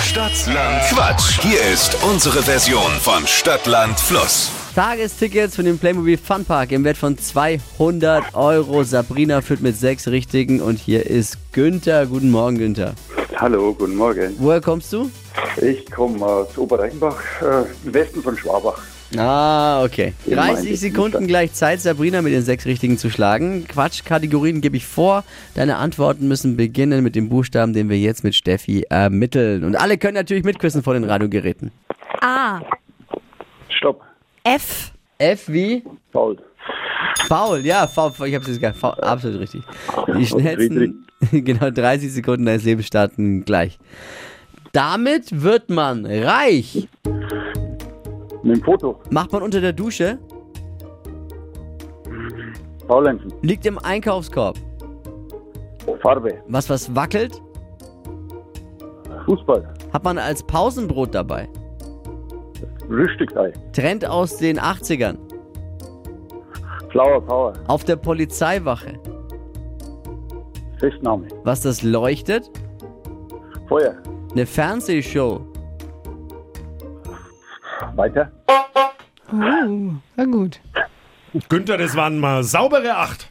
Stadtland Quatsch. Hier ist unsere Version von Stadtland Fluss. Tagestickets für den Playmobil Funpark im Wert von 200 Euro. Sabrina führt mit sechs Richtigen und hier ist Günther. Guten Morgen, Günther. Hallo, guten Morgen. Woher kommst du? Ich komme aus Oberreichenbach, äh, im Westen von Schwabach. Ah, okay. Ich meine, 30 das Sekunden ist- gleich Zeit, Sabrina mit den sechs Richtigen zu schlagen. Quatschkategorien gebe ich vor. Deine Antworten müssen beginnen mit dem Buchstaben, den wir jetzt mit Steffi ermitteln. Und alle können natürlich mitquissen vor den Radiogeräten. A. Stopp. F. F wie Paul. Faul, ja, faul, faul, ich hab's jetzt gar faul, absolut richtig. Die Friedrich. schnellsten, genau, 30 Sekunden deines Lebens starten gleich. Damit wird man reich. Mit dem Foto. Macht man unter der Dusche, Faulenzen. liegt im Einkaufskorb. Farbe. Was was wackelt, Fußball. hat man als Pausenbrot dabei. Frühstücksei. Trend aus den 80ern. Flower Power. Auf der Polizeiwache. Festnahme. Was das leuchtet, Feuer. eine Fernsehshow. Weiter. Na gut. Günther, das waren mal saubere acht.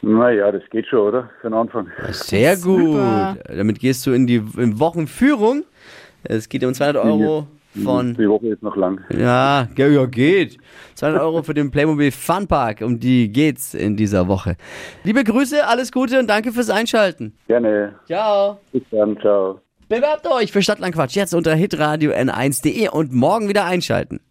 Naja, das geht schon, oder? Für den Anfang. Sehr gut. Super. Damit gehst du in die in Wochenführung. Es geht um 200 Euro von Die Woche ist noch lang. Ja, ge- ja, geht. 200 Euro für den Playmobil Funpark. Um die geht's in dieser Woche. Liebe Grüße, alles Gute und danke fürs Einschalten. Gerne. Ciao. Bis dann. Ciao. Bewerbt euch für Stadtlandquatsch jetzt unter hitradio n1.de und morgen wieder einschalten.